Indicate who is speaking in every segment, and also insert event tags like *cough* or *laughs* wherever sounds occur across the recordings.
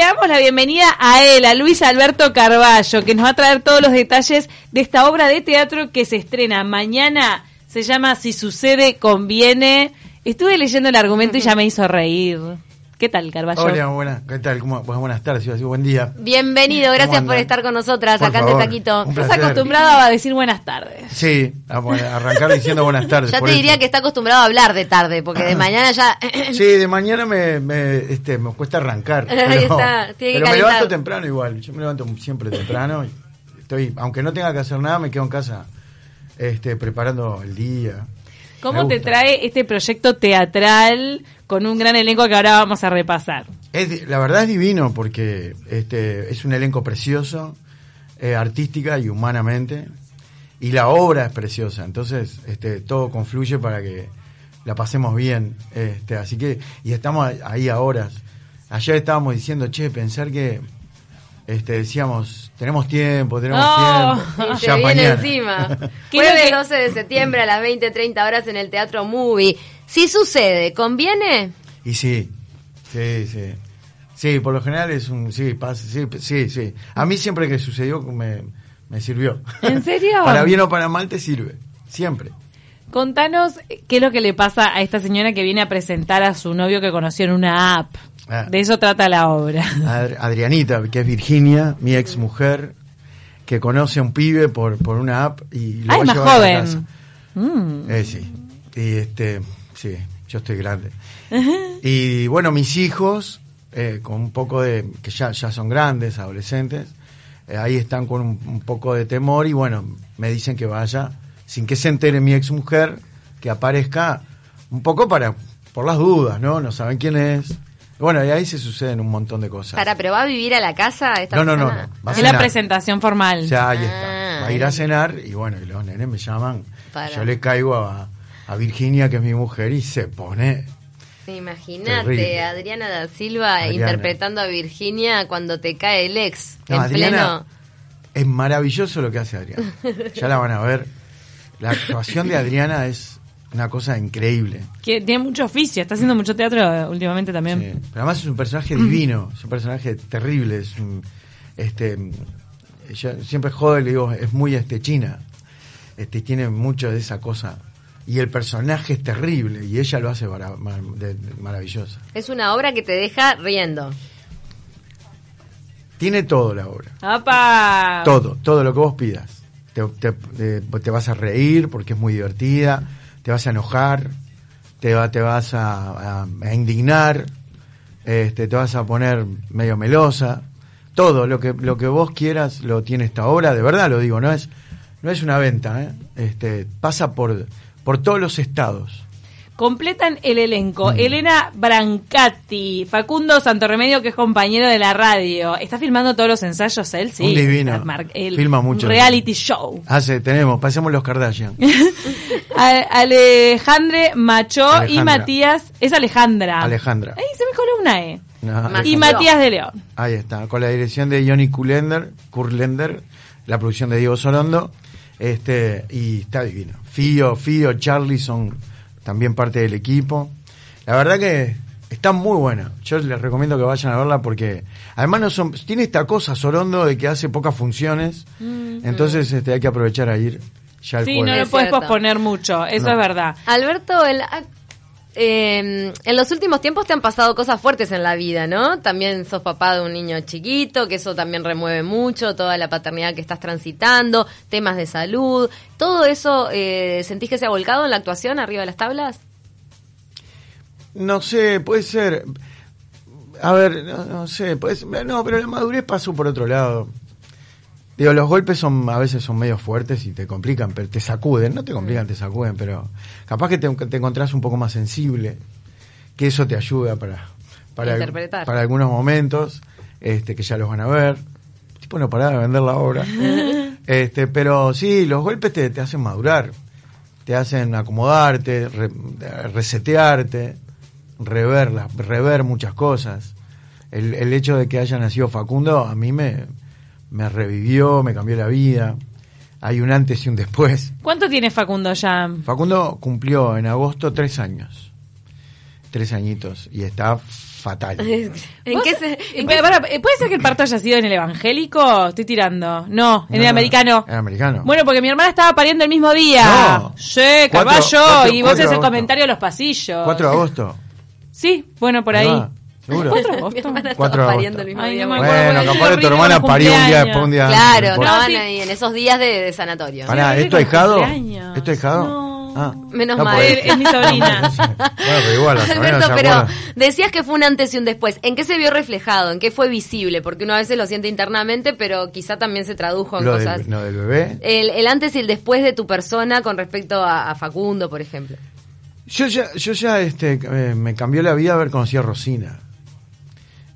Speaker 1: damos la bienvenida a él, a Luis Alberto Carballo, que nos va a traer todos los detalles de esta obra de teatro que se estrena mañana. Se llama Si sucede, conviene. Estuve leyendo el argumento y ya me hizo reír. ¿Qué tal, Carballo?
Speaker 2: Hola, buenas, ¿qué tal? ¿Cómo- Pues buenas tardes, iba a decir, buen día.
Speaker 3: Bienvenido, gracias
Speaker 2: andan?
Speaker 3: por estar con nosotras
Speaker 2: Por
Speaker 3: acá en
Speaker 2: favor,
Speaker 3: Taquito.
Speaker 2: un
Speaker 1: Estás
Speaker 2: placer.
Speaker 1: acostumbrado a decir buenas tardes.
Speaker 2: Sí, a- a arrancar diciendo buenas tardes.
Speaker 3: Ya
Speaker 2: por
Speaker 3: te
Speaker 2: eso.
Speaker 3: diría que está acostumbrado a hablar de tarde, porque de mañana ya...
Speaker 2: Ah. *clears throat*
Speaker 3: *clears throat*
Speaker 2: Sí, de mañana me, me, este, me cuesta arrancar.
Speaker 3: *laughs* Ahí
Speaker 2: Pero,
Speaker 3: está, tiene que
Speaker 2: pero me
Speaker 3: calentar.
Speaker 2: levanto temprano igual. Yo me levanto siempre temprano. y estoy, aunque no tenga que hacer nada, me quedo en casa este, preparando el día.
Speaker 1: ¿Cómo
Speaker 2: Me
Speaker 1: te
Speaker 2: gusta.
Speaker 1: trae este proyecto teatral con un gran elenco que ahora vamos a repasar?
Speaker 2: Es di- la verdad es divino porque este, es un elenco precioso, eh, artística y humanamente, y la obra es preciosa, entonces este, todo confluye para que la pasemos bien. Este, así que, y estamos a- ahí a horas. Ayer estábamos diciendo, che, pensar que este, decíamos, tenemos tiempo, tenemos
Speaker 1: No.
Speaker 2: tiempo.
Speaker 3: *laughs* Se viene
Speaker 2: mañana. *laughs*
Speaker 3: encima.
Speaker 1: ¿Qué es lo
Speaker 3: Jueves
Speaker 1: que-
Speaker 3: 12 de septiembre a las 20.30 horas en el Teatro Movie. Si sucede, ¿conviene?
Speaker 2: Y sí, sí, sí. Sí, por lo general es un sí, pasa, sí, sí, sí. A mí siempre que sucedió me, me sirvió.
Speaker 1: ¿En serio?
Speaker 2: *laughs* para bien o para mal te sirve, siempre.
Speaker 1: Contanos qué es lo que le pasa a esta señora que viene a presentar a su novio que conoció en una app.
Speaker 2: Ah.
Speaker 1: De eso trata la obra.
Speaker 2: Ad- Adrianita, que es Virginia, mi ex mujer, que conoce a un pibe por, por una app y lo
Speaker 1: Ah,
Speaker 2: va
Speaker 1: es
Speaker 2: a
Speaker 1: más
Speaker 2: llevar a la
Speaker 1: joven.
Speaker 2: casa.
Speaker 1: Mm.
Speaker 2: Eh, sí. Y este, sí, yo estoy grande. Y bueno, mis hijos, eh, con un poco de. que ya, ya son grandes, adolescentes, eh, ahí están con un, un poco de temor y bueno, me dicen que vaya, sin que se entere mi ex mujer, que aparezca un poco para. por las dudas, ¿no? No saben quién es. Bueno, y ahí se suceden un montón de cosas.
Speaker 3: Para, pero ¿va a vivir a la casa esta
Speaker 2: No, no, no,
Speaker 3: persona?
Speaker 2: no. Va a
Speaker 1: Es la
Speaker 2: cenar.
Speaker 1: presentación formal.
Speaker 2: O sea, ahí
Speaker 3: Ah,
Speaker 2: está. Va a ir a cenar y bueno, y los nenes me llaman.
Speaker 3: Para.
Speaker 2: Yo le caigo a, a Virginia, que es mi mujer, y se pone.
Speaker 3: Imagínate,
Speaker 2: Terrible.
Speaker 3: Adriana da Silva
Speaker 2: Adriana.
Speaker 3: interpretando a Virginia cuando te cae el ex
Speaker 2: No,
Speaker 3: en
Speaker 2: Adriana,
Speaker 3: pleno...
Speaker 2: es maravilloso lo que hace Adriana. Ya la van a ver. La actuación de Adriana es una cosa increíble.
Speaker 1: Que tiene mucho oficio, está haciendo mucho teatro eh, últimamente también.
Speaker 2: Sí. Pero además es un personaje divino, es un personaje terrible, es un, este yo siempre jodo y le digo, es muy este china. Este tiene mucho de esa cosa y el personaje es terrible y ella lo hace mara- mar- de- de- maravillosa.
Speaker 3: Es una obra que te deja riendo.
Speaker 2: Tiene todo la obra.
Speaker 1: ¡Apa!
Speaker 2: Todo, todo lo que vos pidas. Te, te- eh, te vas a reír porque es muy divertida, te vas a enojar, te, va, te vas a, a- a indignar, este, te vas a poner medio melosa. Todo lo que, lo que vos quieras lo tiene esta obra, de verdad lo digo, no es, no es una venta, ¿eh? este, pasa por, por todos los estados.
Speaker 1: Completan el
Speaker 2: Mm.
Speaker 1: elenco. Elena Brancati, Facundo Santorremedio, que es compañero de la radio. ¿Está filmando todos los ensayos él? Sí.
Speaker 2: Un divino.
Speaker 1: Las mar- el
Speaker 2: Filma mucho.
Speaker 1: Reality show.
Speaker 2: Hace, tenemos, pasemos los
Speaker 1: *laughs*
Speaker 2: Kardashian.
Speaker 1: A- Alejandre Macho y
Speaker 2: Alejandra.
Speaker 1: Matías. Es Alejandra.
Speaker 2: Alejandra.
Speaker 1: Ahí se me coló una E.
Speaker 2: No,
Speaker 1: Y
Speaker 2: Alejandra.
Speaker 1: Matías de León.
Speaker 2: Ahí está, con la dirección de Johnny Kurlender, Kurlender la producción de Diego Sorondo, este, y está divino. Fío, Fío, Charlie son también parte del equipo. La verdad que está muy buena. Yo les recomiendo que vayan a verla porque además no son, tiene esta cosa Sorondo de que hace pocas funciones, entonces este, hay que aprovechar a ir ya al
Speaker 1: Mm-hmm. Sí, no
Speaker 2: jueves.
Speaker 1: lo
Speaker 3: Es
Speaker 1: puedes
Speaker 3: cierto.
Speaker 1: posponer mucho. Eso
Speaker 2: No.
Speaker 1: es verdad.
Speaker 3: Alberto, el, ac- eh, en los últimos tiempos te han pasado cosas fuertes en la vida, ¿no? También sos papá de un niño chiquito, que eso también remueve mucho, toda la paternidad que estás transitando, temas de salud, todo eso, eh, ¿sentís que se ha volcado en la actuación arriba de
Speaker 1: *laughs*
Speaker 3: las tablas?
Speaker 2: No sé, puede ser. A ver, no, no sé, puede ser- no, pero la madurez pasó por otro lado. Digo, los golpes son a veces son medio fuertes y te complican, pero te sacuden, no te complican, te sacuden, pero capaz que te, te encontrás un poco más sensible, que eso te ayuda para para,
Speaker 3: Interpretar.
Speaker 2: para algunos momentos, este que ya los van a ver. Tipo no pará de vender la obra. este, pero sí, los golpes te, te hacen madurar, te hacen acomodarte, re- resetearte, rever, las- rever muchas cosas. El, el hecho de que haya nacido Facundo a mí me, me revivió, me cambió la vida. Hay un antes y un después.
Speaker 1: ¿Cuánto tiene Facundo ya?
Speaker 2: Facundo cumplió en agosto tres años. Tres añitos. Y está fatal.
Speaker 3: ¿En
Speaker 1: ¿Vos-
Speaker 3: qué se-
Speaker 1: eh, pará, eh, ¿Puede ser que el parto haya sido en el evangélico? Estoy tirando. No, en el
Speaker 2: No,
Speaker 1: americano.
Speaker 2: En el americano.
Speaker 1: Bueno, porque mi hermana estaba pariendo el mismo día.
Speaker 2: No.
Speaker 1: Sí,
Speaker 2: Cuatro-
Speaker 1: caballo.
Speaker 2: cuatro-
Speaker 1: y
Speaker 2: cuatro
Speaker 1: vos haces
Speaker 2: de
Speaker 1: el
Speaker 2: agosto.
Speaker 1: comentario de los pasillos.
Speaker 2: 4 de agosto.
Speaker 1: Sí, bueno, por
Speaker 2: Ahí
Speaker 1: ahí.
Speaker 2: va, ¿Seguro?
Speaker 1: ¿Cuatro de
Speaker 3: Mi
Speaker 1: agosto?
Speaker 3: hermana
Speaker 2: Cuatro
Speaker 3: estaba
Speaker 2: de
Speaker 3: pariendo
Speaker 2: agosto.
Speaker 3: el mismo
Speaker 1: Ay,
Speaker 3: día.
Speaker 1: no me
Speaker 3: bueno.
Speaker 1: acuerdo. Bueno,
Speaker 2: Bueno, capaz
Speaker 1: yo
Speaker 2: que
Speaker 1: lo abrí
Speaker 2: tu
Speaker 1: en
Speaker 2: hermana
Speaker 1: un
Speaker 2: parió un día
Speaker 1: cumpleaños.
Speaker 2: después un día.
Speaker 3: Claro,
Speaker 2: antes, por-
Speaker 1: No,
Speaker 3: estaban
Speaker 1: sí.
Speaker 3: ahí en esos días de, de sanatorio.
Speaker 2: Pará,
Speaker 1: Sí,
Speaker 2: ¿esto
Speaker 1: abrí
Speaker 2: es
Speaker 1: con
Speaker 2: hijado?
Speaker 1: cumpleaños.
Speaker 2: ¿Esto es hijado?
Speaker 1: No.
Speaker 3: Menos
Speaker 2: no,
Speaker 3: mal.
Speaker 2: por ahí.
Speaker 1: Es- es mi sobrina.
Speaker 2: *laughs* bueno, pero
Speaker 1: *laughs*
Speaker 2: igual, la sobrina
Speaker 3: Alberto,
Speaker 2: se
Speaker 3: pero
Speaker 2: acuerda.
Speaker 3: decías que fue un antes y un después. ¿En qué se vio reflejado? ¿En qué fue visible? Porque uno a veces lo siente internamente, pero quizá también se tradujo en
Speaker 2: Lo
Speaker 3: cosas.
Speaker 2: del, lo del bebé.
Speaker 3: El, el antes y el después de tu persona con respecto a, a Facundo, por ejemplo.
Speaker 2: Yo ya, yo ya este, eh, me cambió la vida haber conocido a Rosina.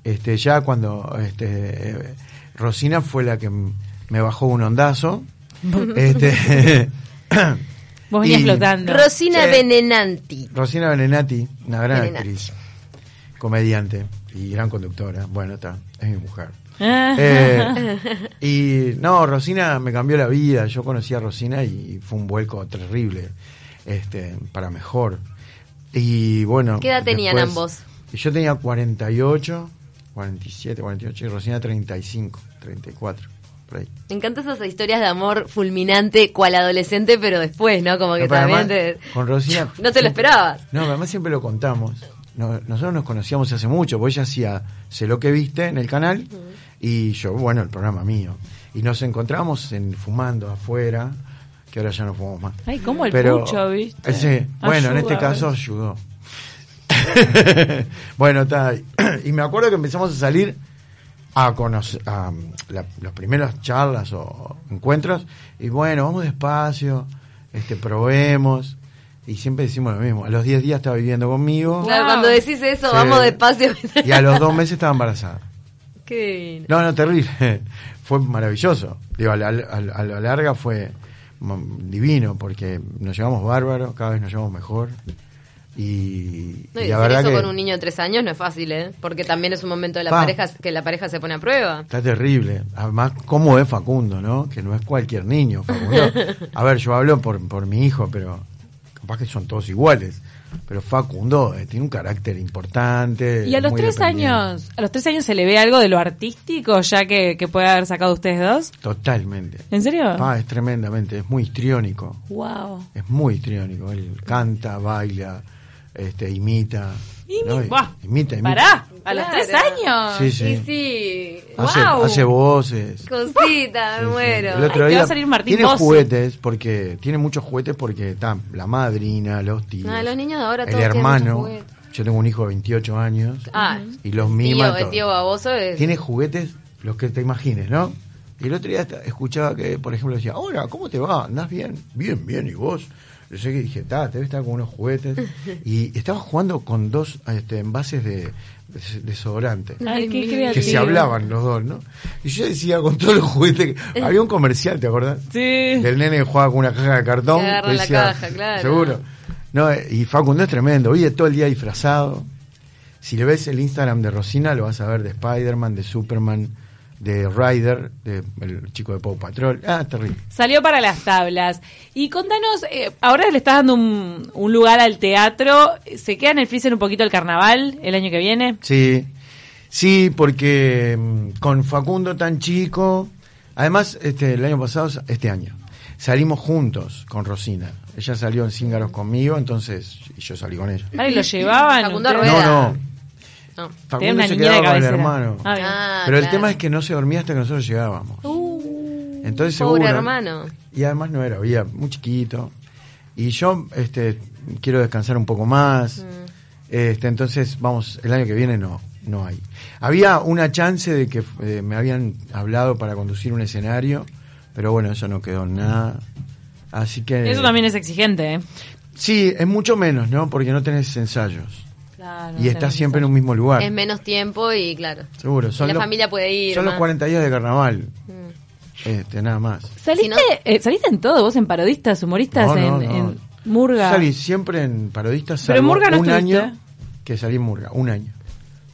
Speaker 2: Este, ya cuando este, eh, Rosina fue la que m- me bajó un ondazo. este, *coughs*
Speaker 1: Vos venías
Speaker 2: Y-
Speaker 1: flotando.
Speaker 3: Rosina
Speaker 2: Sí.
Speaker 3: Venenanti.
Speaker 2: Rosina Belenati, una gran
Speaker 3: Belenati.
Speaker 2: actriz, comediante y gran conductora. Bueno, está, es mi mujer.
Speaker 1: Ah.
Speaker 2: Eh, y no, Rosina me cambió la vida. Yo conocí a Rosina y fue un vuelco terrible, este, para mejor. Y bueno.
Speaker 3: ¿Qué edad tenían ambos?
Speaker 2: y Yo tenía 48, 47, 48 y Rosina 35, 34, por ahí.
Speaker 3: Me encantan esas historias de amor fulminante cual adolescente, pero después, ¿no? Como que
Speaker 2: No, pero
Speaker 3: también
Speaker 2: además,
Speaker 3: te-
Speaker 2: con Rosina-
Speaker 3: *laughs* No te lo esperabas.
Speaker 2: No, pero además siempre lo contamos. No- nosotros nos conocíamos hace mucho, porque ella hacía Sé lo que viste en el canal y yo, bueno, el programa mío. Y nos encontramos en, fumando afuera, que ahora ya no fumamos más.
Speaker 1: Ay, cómo el
Speaker 2: Pero-
Speaker 1: pucho, ¿viste?
Speaker 2: Eh, sí. Bueno, en este
Speaker 1: Ayuda.
Speaker 2: caso ayudó. *laughs* bueno, está. *clears throat* ahí. Y me acuerdo que empezamos a salir a conocer a um, la- las primeras charlas o encuentros. Y bueno, vamos despacio, este, probemos. Y siempre decimos lo mismo. A los 10 días estaba viviendo conmigo.
Speaker 3: Claro,
Speaker 1: Wow.
Speaker 3: cuando decís eso,
Speaker 2: Sí.
Speaker 3: vamos despacio.
Speaker 2: Y a los dos meses estaba embarazada.
Speaker 3: *laughs* Qué
Speaker 2: No, no, terrible. *laughs* fue maravilloso. Digo, a la, a la- a la larga fue mm, divino porque nos llevamos bárbaro, cada vez nos llevamos mejor. Y,
Speaker 3: No,
Speaker 2: y
Speaker 3: y
Speaker 2: la
Speaker 3: hacer
Speaker 2: verdad
Speaker 3: eso
Speaker 2: que
Speaker 3: con un niño de tres años no es fácil, ¿eh? Porque también es un momento de la
Speaker 2: Pa.
Speaker 3: pareja que la pareja se pone a prueba.
Speaker 2: está terrible. Además, cómo es Facundo, ¿no? Que no es cualquier niño,
Speaker 3: *laughs*
Speaker 2: Facundo. A ver, yo hablo por, por mi hijo, pero capaz que son todos iguales. Pero Facundo eh, tiene un carácter importante.
Speaker 1: Y a los
Speaker 2: eh, muy
Speaker 1: tres
Speaker 2: dependiente.
Speaker 1: años, a los tres años se le ve algo de lo artístico ya que, que puede haber sacado ustedes dos.
Speaker 2: Totalmente.
Speaker 1: ¿En serio?
Speaker 2: Pa, es tremendamente, es muy histriónico.
Speaker 1: Wow.
Speaker 2: es muy histriónico. Él canta, baila, este, imita. ¿no?
Speaker 1: Imi-
Speaker 2: Y-
Speaker 1: Buah.
Speaker 2: Imita, imita.
Speaker 1: Pará, a los
Speaker 3: Claro.
Speaker 1: tres años.
Speaker 2: Sí, sí.
Speaker 3: sí.
Speaker 2: Hace,
Speaker 1: Guau.
Speaker 2: hace voces.
Speaker 3: Cosita,
Speaker 2: Sí,
Speaker 3: me
Speaker 2: sí.
Speaker 3: muero.
Speaker 2: El
Speaker 1: Ay,
Speaker 2: otro
Speaker 1: te
Speaker 2: día
Speaker 1: va a salir Martín
Speaker 2: tiene
Speaker 1: Bossi.
Speaker 2: juguetes porque tiene muchos juguetes porque están la madrina, los tíos,
Speaker 3: Ah, los niños de ahora
Speaker 2: el
Speaker 3: todos tienen
Speaker 2: hermano.
Speaker 3: muchos juguetes.
Speaker 2: Yo tengo un hijo de 28 años
Speaker 3: Ah,
Speaker 2: y los mima.
Speaker 3: tío, el
Speaker 2: todo.
Speaker 3: tío baboso es...
Speaker 2: Tiene juguetes los que te imagines, ¿no? Y el otro día hasta escuchaba que, por ejemplo, decía, hola, ¿cómo te va? ¿Andás bien? Bien, bien, ¿y vos? Yo sé que dije, ta, te ves estar con unos
Speaker 3: *laughs*
Speaker 2: juguetes. Y estaba jugando con dos este, envases de, de desodorante.
Speaker 1: Ay, qué
Speaker 3: Ay,
Speaker 1: creativo.
Speaker 2: Que se hablaban los dos, ¿no? Y yo decía, con todos los juguetes, que- había un comercial, ¿te acordás?
Speaker 1: Sí.
Speaker 2: Del nene que jugaba con una caja de cartón.
Speaker 3: Que agarra
Speaker 2: que
Speaker 3: la caja, claro.
Speaker 2: Seguro. No, eh, y Facundo es tremendo, vive todo el día disfrazado. Si le ves el Instagram de Rosina, lo vas a ver de Spider-Man, de Superman, de Ryder, de el chico de Paw Patrol. Ah, es terrible.
Speaker 1: Salió para las tablas. Y contanos, eh, ahora le estás dando un, un lugar al teatro. ¿Se queda en el freezer un poquito el carnaval el año que viene?
Speaker 2: Sí, sí, porque mm, con Facundo tan chico, además este, el año pasado, este año, salimos juntos con Rosina. Ella salió en Cíngaros conmigo, entonces y yo salí con ella.
Speaker 3: *laughs*
Speaker 1: Vale, lo llevaban.
Speaker 3: Facundo
Speaker 1: ustedes.
Speaker 3: Rueda.
Speaker 2: No, no.
Speaker 3: No.
Speaker 1: Tenía
Speaker 2: Facundo
Speaker 1: una
Speaker 2: se
Speaker 1: niñera de
Speaker 2: quedaba con el
Speaker 1: cabecera.
Speaker 2: hermano.
Speaker 1: Ah, bien.
Speaker 3: Ah,
Speaker 2: Pero el
Speaker 3: claro. Uh,
Speaker 2: tema es que no se dormía hasta que nosotros llegábamos. Entonces,
Speaker 3: Pobre
Speaker 2: seguro-
Speaker 3: hermano.
Speaker 2: Y además no era, había muy chiquito. Y yo este, quiero descansar un poco más. Este, entonces, vamos, el año que viene no, no hay. Había una chance de que eh, me habían hablado para conducir un escenario, pero bueno, eso no quedó en nada. Así que...
Speaker 1: Eso también es exigente, ¿eh?
Speaker 2: Sí, es mucho menos, ¿no? Porque no tenés ensayos. y estás siempre en un mismo lugar.
Speaker 3: Es menos tiempo y claro.
Speaker 2: Seguro. Son
Speaker 3: la
Speaker 2: los-
Speaker 3: familia puede ir, Mm.
Speaker 2: Son los
Speaker 3: más.
Speaker 2: 40 días de carnaval. Este, nada más.
Speaker 1: ¿Saliste,
Speaker 3: Si no-
Speaker 1: eh, saliste en todo, vos en parodistas, humoristas,
Speaker 2: No,
Speaker 1: en,
Speaker 2: no, no.
Speaker 1: en Murga.
Speaker 2: Salí siempre en parodistas.
Speaker 1: Pero en
Speaker 2: salvo
Speaker 1: Murga no
Speaker 2: un
Speaker 1: estuviste.
Speaker 2: año que salí en Murga, un año.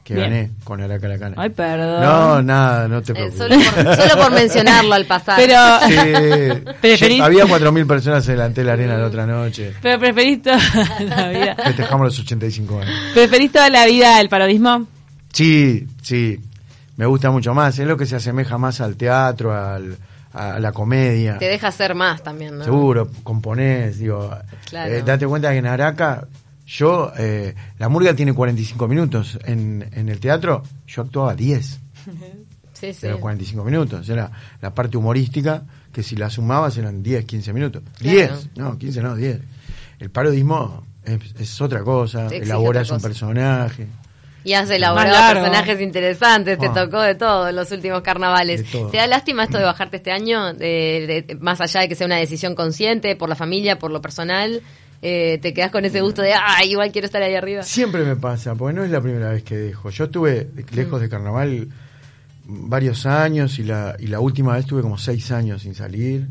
Speaker 2: Que
Speaker 1: Bien.
Speaker 2: gané con Araca la Cana.
Speaker 1: Ay, perdón.
Speaker 2: No, nada, no te
Speaker 3: Eh,
Speaker 2: preocupes.
Speaker 3: solo, por, solo por mencionarlo al pasar.
Speaker 1: Pero,
Speaker 2: *laughs* Sí.
Speaker 1: Preferís-
Speaker 2: Yo- había 4.000 personas delante de la arena la otra noche.
Speaker 1: *laughs* pero preferís toda *laughs* la vida.
Speaker 2: Festejamos los 85 años.
Speaker 1: ¿Preferís toda la vida el parodismo?
Speaker 2: Sí, sí, me gusta mucho más. Es lo que se asemeja más al teatro, al- a la comedia.
Speaker 3: Te deja hacer más también, ¿no?
Speaker 2: Seguro, componés, digo.
Speaker 3: Claro.
Speaker 2: eh, date cuenta que en Araca, yo, eh, la murga tiene 45 minutos. En, en el teatro, yo actuaba 10
Speaker 3: Sí, sí.
Speaker 2: de los 45 minutos. Era la parte humorística, que si la sumabas eran 10, 15 minutos.
Speaker 3: Claro.
Speaker 2: 10, no, 15 no, 10. El parodismo es, es otra cosa,
Speaker 3: Exige
Speaker 2: elaboras
Speaker 3: otra
Speaker 2: un
Speaker 3: cosa.
Speaker 2: personaje.
Speaker 3: Y has
Speaker 1: Más
Speaker 3: elaborado
Speaker 1: largo.
Speaker 3: personajes interesantes, te
Speaker 2: Ah.
Speaker 3: tocó de todo en los últimos carnavales.
Speaker 2: De todo.
Speaker 3: ¿Te da lástima esto de bajarte este año? De- de- más allá de que sea una decisión consciente, por la familia, por lo personal, eh, ¿te quedas con ese gusto de, ah, igual quiero estar ahí arriba?
Speaker 2: Siempre me pasa, porque no es la primera vez que dejo. Yo estuve lejos
Speaker 3: Mm.
Speaker 2: de carnaval varios años y la, y la última vez estuve como seis años sin salir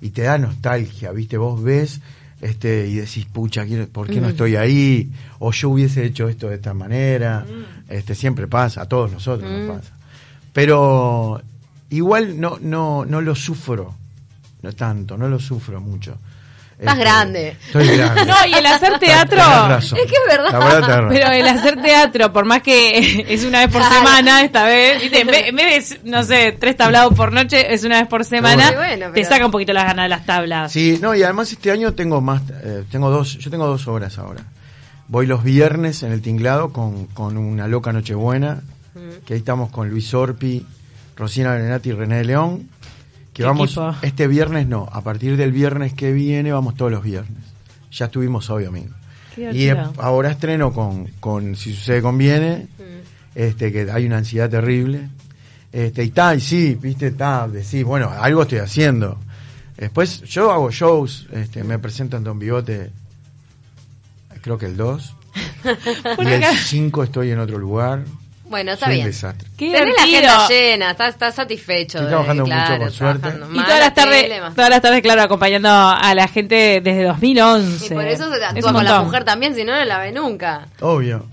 Speaker 2: y te da nostalgia, ¿viste? Vos ves este y decís, pucha, quiero- ¿por
Speaker 3: Mm.
Speaker 2: qué no estoy ahí? O yo hubiese hecho esto de esta manera. este Siempre pasa, a todos nosotros
Speaker 3: Mm.
Speaker 2: nos pasa. Pero igual no, no, no lo sufro, no tanto, no lo sufro mucho. Este,
Speaker 3: Estás grande.
Speaker 2: Estoy
Speaker 3: *laughs*
Speaker 2: grande.
Speaker 1: No, y el hacer teatro.
Speaker 2: Tenés razón.
Speaker 3: Es que es verdad.
Speaker 2: La tenés razón.
Speaker 1: Pero el hacer teatro, por más que *laughs* es una vez por
Speaker 3: Claro.
Speaker 1: semana, esta vez, ¿viste? En, vez, en vez de, no sé, tres tablados por noche, es una vez por semana,
Speaker 3: Muy bueno,
Speaker 1: te
Speaker 3: pero-
Speaker 1: saca un poquito las ganas de las tablas.
Speaker 2: Sí, no, y además este año tengo más, eh, tengo dos, yo tengo dos obras ahora. Voy los viernes en el tinglado con, con una loca Nochebuena,
Speaker 3: Mm.
Speaker 2: que ahí estamos con Luis Orpi, Rosina Berenati y René León,
Speaker 1: Qué
Speaker 2: que vamos
Speaker 1: equipo.
Speaker 2: este viernes no, a partir del viernes que viene vamos todos los viernes. Ya estuvimos hoy domingo.
Speaker 1: Qué
Speaker 2: Y eh,
Speaker 1: divertido.
Speaker 2: ahora estreno con, con Si sucede conviene,
Speaker 3: Mm.
Speaker 2: este que hay una ansiedad terrible. Este, y tal, y sí, viste, tal, decís, bueno, algo estoy haciendo. Después yo hago shows, este, me presento en Don Bigote, creo que el
Speaker 3: *laughs*
Speaker 2: 2. y
Speaker 1: Por
Speaker 2: el
Speaker 1: acá.
Speaker 2: 5 estoy en otro lugar.
Speaker 3: Bueno, está
Speaker 2: Soy un
Speaker 3: bien.
Speaker 2: desastre.
Speaker 1: Qué
Speaker 3: Tenés la
Speaker 1: divertido.
Speaker 3: agenda llena, estás, estás satisfecho.
Speaker 2: Estoy
Speaker 3: de-
Speaker 2: trabajando mucho,
Speaker 3: claro,
Speaker 2: por suerte.
Speaker 3: trabajando.
Speaker 1: Y
Speaker 3: Más
Speaker 1: todas
Speaker 3: la
Speaker 1: las tardes,
Speaker 3: tele, más-
Speaker 1: todas las tardes, claro, acompañando a la gente desde 2011.
Speaker 3: Y por eso
Speaker 1: Es un
Speaker 3: actúa con la
Speaker 1: montón.
Speaker 3: mujer también, si no, no la ve nunca. *laughs*
Speaker 2: Obvio.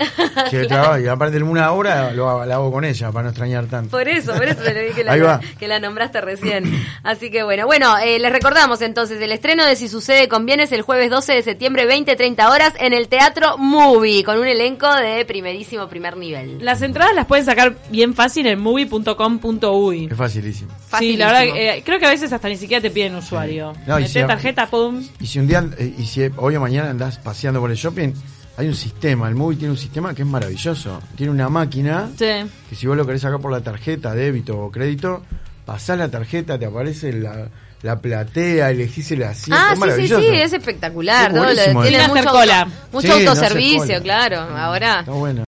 Speaker 2: Que trabajo, y aparte en una hora lo hago, la hago con ella, para no extrañar tanto.
Speaker 3: Por eso, por eso te lo dije que
Speaker 2: Ahí
Speaker 3: la,
Speaker 2: va.
Speaker 3: que la nombraste recién. Así que bueno, bueno, eh, les recordamos entonces el estreno de Si Sucede Conviene es el jueves 12 de septiembre, 20-30 horas, en el Teatro Movie, con un elenco de primerísimo primer nivel.
Speaker 1: Las entradas las pueden sacar bien fácil en movie.com.uy.
Speaker 2: Es facilísimo.
Speaker 1: Sí,
Speaker 3: Facilísimo.
Speaker 1: la verdad, que, eh, creo que a veces hasta ni siquiera te piden usuario.
Speaker 2: No, y
Speaker 1: Metés
Speaker 2: si-
Speaker 1: tarjeta, pum.
Speaker 2: Y si un día, eh, y si hoy o mañana andás paseando por el shopping, hay un sistema, el movie tiene un sistema que es maravilloso. Tiene una máquina
Speaker 1: Sí.
Speaker 2: que si vos lo querés sacar por la tarjeta, débito o crédito, pasás la tarjeta, te aparece la, la platea, elegís el asiento.
Speaker 3: Ah,
Speaker 2: es
Speaker 3: sí, sí,
Speaker 2: maravilloso.
Speaker 3: sí, es espectacular.
Speaker 2: Es
Speaker 3: ¿no?
Speaker 2: buenísimo eh.
Speaker 3: Tiene
Speaker 1: eso. Sin
Speaker 3: mucho,
Speaker 1: hacer cola.
Speaker 3: auto- mucho
Speaker 2: Sí, no hace
Speaker 3: autoservicio,
Speaker 2: cola.
Speaker 3: claro.
Speaker 2: Está
Speaker 3: Ahora
Speaker 2: bueno.